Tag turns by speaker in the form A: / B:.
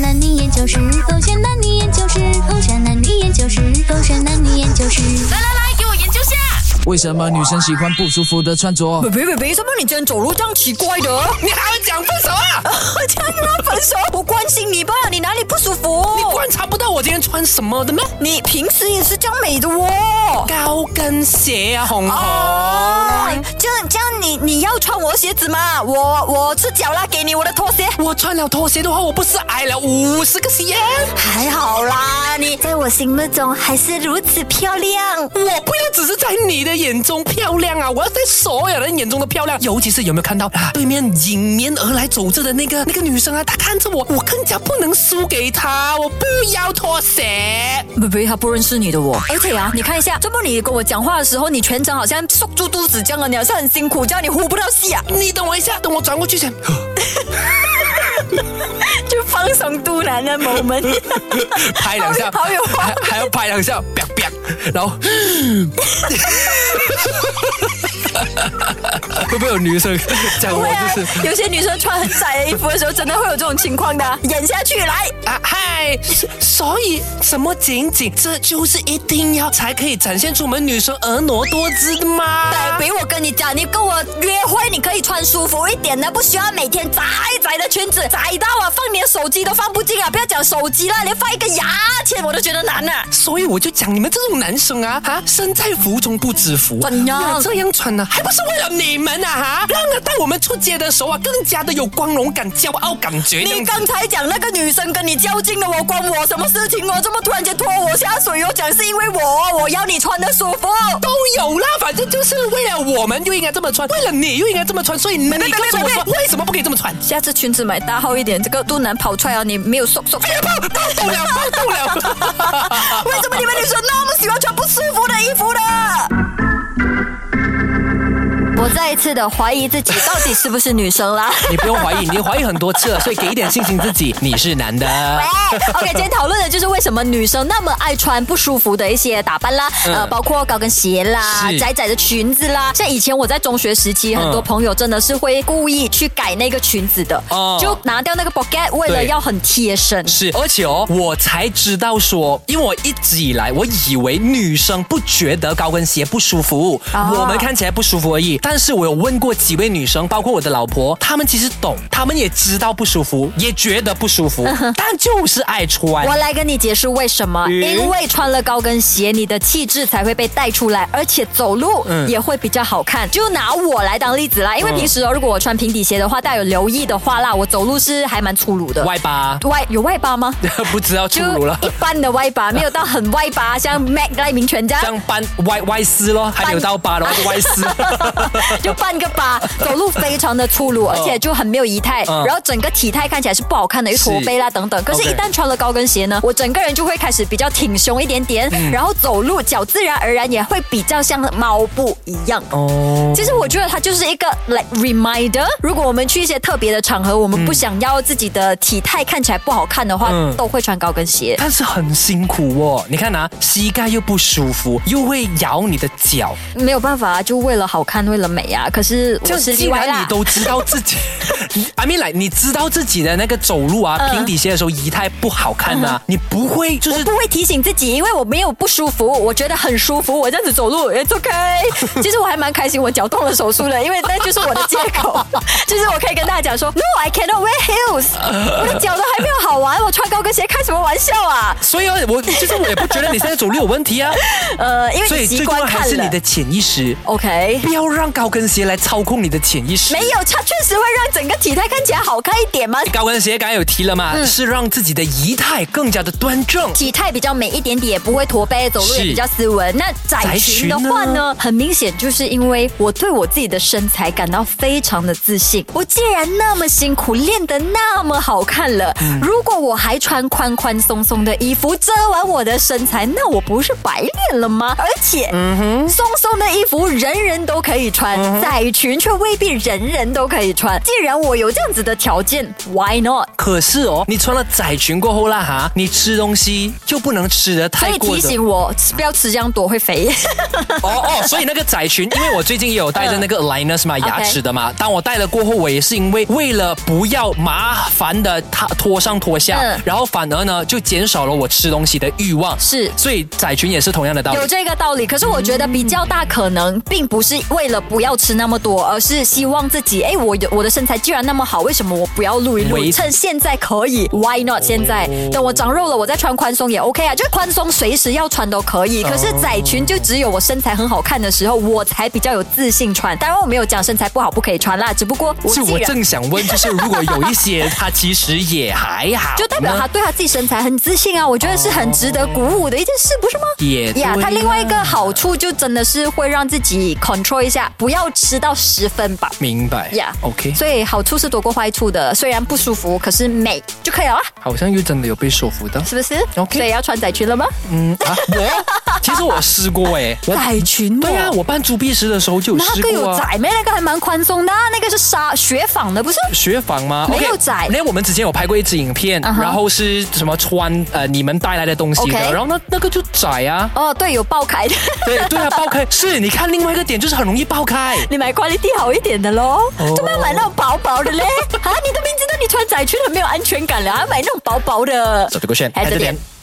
A: 男女研究室，狗血男女研究室，狗血男女研究室，狗血男女研究室。
B: 来来来，给我研究下。
C: 为什么女生喜欢不舒服的穿着？
D: 北北北北，怎么你今天走路这样奇怪的？
E: 你还会讲分手啊？
D: 这样吗？分手？我关心你吧，你哪里不舒服？
E: 你观察不到我今天穿什么的吗？
D: 哦你平时也是这样美的哦。
E: 高跟鞋啊，红红。
D: 哦，这样这样你你要穿我的鞋子吗？我我赤脚啦，给你我的拖鞋。
E: 我穿了拖鞋的话，我不是矮了五十个 cm？
D: 还好啦，你
F: 在我心目中还是如此漂亮。
E: 我不要只是在你的眼中漂亮啊，我要在所有人眼中的漂亮。尤其是有没有看到啊，对面迎面而来走着的那个那个女生啊，她看着我，我更加不能输给她。我不要拖鞋。
D: 北北他不认识你的我，而且啊，你看一下，这不你跟我讲话的时候，你全程好像缩住肚子这样啊，你好像很辛苦，这样你呼不到气啊，
E: 你等我一下，等我转过 去先。
D: 就放松肚腩的 moment。
E: 拍两下，
D: 好有好有画
E: 还还要拍两下，啪啪，然后 会不会有女生讲我
D: 对啊
E: 哦就是，
D: 有些女生穿很窄的衣服的时候，真的会有这种情况的啊。演下去来，
E: 啊嗨？所以什么情景，这就是一定要才可以展现出我们女生婀娜多姿的吗？
D: 比我跟你讲，你跟我约会，你可以穿舒服一点的，不需要每天窄窄的裙子，窄到啊，放你的手机都放不进啊！不要讲手机啦，连放一个牙签我都觉得难啊。
E: 所以我就讲你们这种男生啊啊，身在福中不知福，
D: 怎样
E: 要这样穿呢、啊还不是为了你们啊哈？让啊，当我们出街的时候啊，更加的有光荣感、骄傲感觉。这样
D: 你
E: 子
D: 刚才讲那个女生跟你较劲了，我关我什么事情哦？这么突然间拖我下水，我讲是因为我，我要你穿的舒 服。
E: 都有啦，反正就是为了我们就应该这么穿，为了你又应该这么穿，所以你
D: 没
E: 告诉我
D: 没没
E: 说为什么不可以这么穿？
D: 下次裙子买大号一点，这个肚腩跑出来啊，你没有瘦瘦。
E: 哎呀，爆爆动了，爆动了！
D: 为什么你们女生那么喜欢穿不舒服的衣服呢？我再一次的怀疑自己到底是不是女生 啦。
E: 你不用怀疑，你怀疑很多次了，所以给一点信心自己，你是男的。
D: 喂，OK，今天哎讨论的就是为什么女生那么爱穿不舒服的一些打扮啦，呃，包括高跟鞋啦、
E: 是
D: 窄窄的裙子啦。像以前我在中学时期，很多朋友真的是会故意去改那个裙子的，
E: 哦
D: 就拿掉那个 pocket，为了
E: 对
D: 要很贴身。
E: 是，而且哦，我才知道说，因为我一直以来我以为女生不觉得高跟鞋不舒服，
D: 哦
E: 我们看起来不舒服而已。但是我有问过几位女生，包括我的老婆，她们其实懂，她们也知道不舒服，也觉得不舒服，但就是爱穿。
D: 我来跟你解释为什么，
E: 嗯
D: 因为穿了高跟鞋，你的气质才会被带出来，而且走路
E: 嗯
D: 也会比较好看。就拿我来当例子啦，因为平时哦，如果我穿平底鞋的话，大家有留意的话啦，我走路是还蛮粗鲁的。
E: 外八，
D: 外有外八吗？
E: 不知道出
D: 就
E: 炉了，
D: 一般的外八，没有到很外八，像 Mac 赖明全这样
E: 这，样搬歪歪丝咯，还没有到八咯，就 歪丝。
D: 就半个八，走路非常的粗鲁，而且就很没有仪态，
E: 哦嗯
D: 然后整个体态看起来是不好看的，又驼背啦等等。可是，
E: OK
D: 一旦穿了高跟鞋呢，我整个人就会开始比较挺胸一点点，
E: 嗯
D: 然后走路脚自然而然也会比较像猫步一样。
E: 哦，
D: 其实我觉得它就是一个 like reminder，如果我们去一些特别的场合，我们不想要自己的体态看起来不好看的话，
E: 嗯
D: 都会穿高跟鞋。
E: 但是很辛苦哦，你看啊，膝盖又不舒服，又会咬你的脚。
D: 没有办法，啊就为了好看，为了美啊。可是
E: 这
D: 我
E: 样
D: 是
E: 既
D: 例外
E: 然你
D: 啦。
E: 都知道自己 ，I mean like 你知道自己的那个走路啊，
D: 嗯
E: 平底鞋的时候仪态不好看啊，你不会就是
D: 不会提醒自己，因为我没有不舒服，我觉得很舒服，我这样子走路 it's OK。其实我还蛮开心，我脚动了手术了，因为那就是我的借 口，就是我可以跟大家讲说，No，I cannot wear heels，我的脚都还没有好玩，我穿高跟鞋开什么玩笑啊？
E: 所以啊，我就是我也不觉得你现在走路有问题啊，
D: 呃，因为
E: 所以
D: 你
E: 最
D: 习
E: 重要
D: 惯
E: 还
D: 看
E: 是
D: 了
E: 你的潜意识，
D: OK。
E: 不要让高跟鞋来操控你的潜意识。
D: 没有，它确实会让整个体态看起来好看一点吗？
E: 高跟鞋刚才有提了嘛，
D: 嗯
E: 是让自己的仪态更加的端正。
D: 体态比较美一点点，也不会驼背，走路也
E: 是
D: 比较斯文。那窄裙的话
E: 窄裙
D: 呢，很明显就是因为我对我自己的身材感到非常的自信。我既然那么辛苦练得那么好看了，
E: 嗯
D: 如果我还穿宽宽松松的衣服遮完我的身
E: 嗯
D: 材，那我不是白练了吗？而且，松松的衣服人人都可以穿，穿，窄裙却未必人人都可以穿。既然我有这样子的条件，Why not？
E: 可是哦，你穿了窄裙过后啦哈，你吃东西就不能吃的
D: 所
E: 太
D: 以
E: 过
D: 提
E: 的。
D: 醒我不要吃这样多会 肥。
E: 哦哦，所以那个窄裙，因为我最近也有戴着那
D: 嗯
E: 个 liners 嘛，牙齿的嘛。当我戴了过后，我也是因为为了不要麻烦的它脱上脱下，
D: 嗯
E: 然后反而呢就减少了我吃东西的欲望。
D: 是
E: 所以窄裙也是同样的道理
D: 有。这个道理，可是我觉得比较大可能并不是为了不要吃那么多，而是希望自己，哎，我的我的身材既然那么好，为什么我不要录一录？
E: 维持
D: 趁现在可以，Why
E: 哦
D: not？现在等我长肉了，我再穿宽松也 OK 啊，就是宽松随时要穿都可
E: 哦
D: 以。可是窄裙就只有我身材很好看的时候，我才比较有自信穿。当然我没有讲身材不好不可以穿啦，只不过我
E: 是
D: 既
E: 我
D: 然。
E: 正想问，就是如果有一些它其实也还好呢，
D: 就代表他对他自己身材很自信啊，我觉得是很值得鼓舞的一件事，不是吗？
E: 也对啊
D: 呀，它另外一个
E: 啦
D: 好处就真的是会让自己 control 一下，不要吃到十分饱。
E: 明白
D: 呀
E: OK，
D: 所以好处是多过坏处的，虽然不舒服，可是美就可以了啊，
E: 好像又真的有被说服到。
D: 是不是
E: OK
D: 所以要穿窄裙了吗？
E: 嗯啊，我 其实我试过哎，我
D: 窄裙哦
E: 对啊，我办猪鼻石的时候就有
D: 那
E: 试
D: 个有
E: 过啊。
D: 窄咩？那个还蛮宽松的啊、那个是纱雪纺的，不是？
E: 雪纺吗？
D: 没有
E: OK，
D: 窄
E: 因为我们之前有拍过一支影片
D: 嗯哼
E: 然后是什么穿呃你们带来的东西的
D: OK
E: 然后那那个就窄啊，
D: 哦，对，有爆开的，
E: 对对啊，爆开。是，你看另外一个点就是很容易爆开。
D: 你买 quality 好一点的喽，
E: 哦
D: 怎么要买那种薄薄的嘞？ 啊，你都明知道你穿窄裙很没有安全感了，还买那种薄薄的。
E: 走这个炫，
D: 还
E: 还
D: 这
E: 哎这
D: 点
E: 点。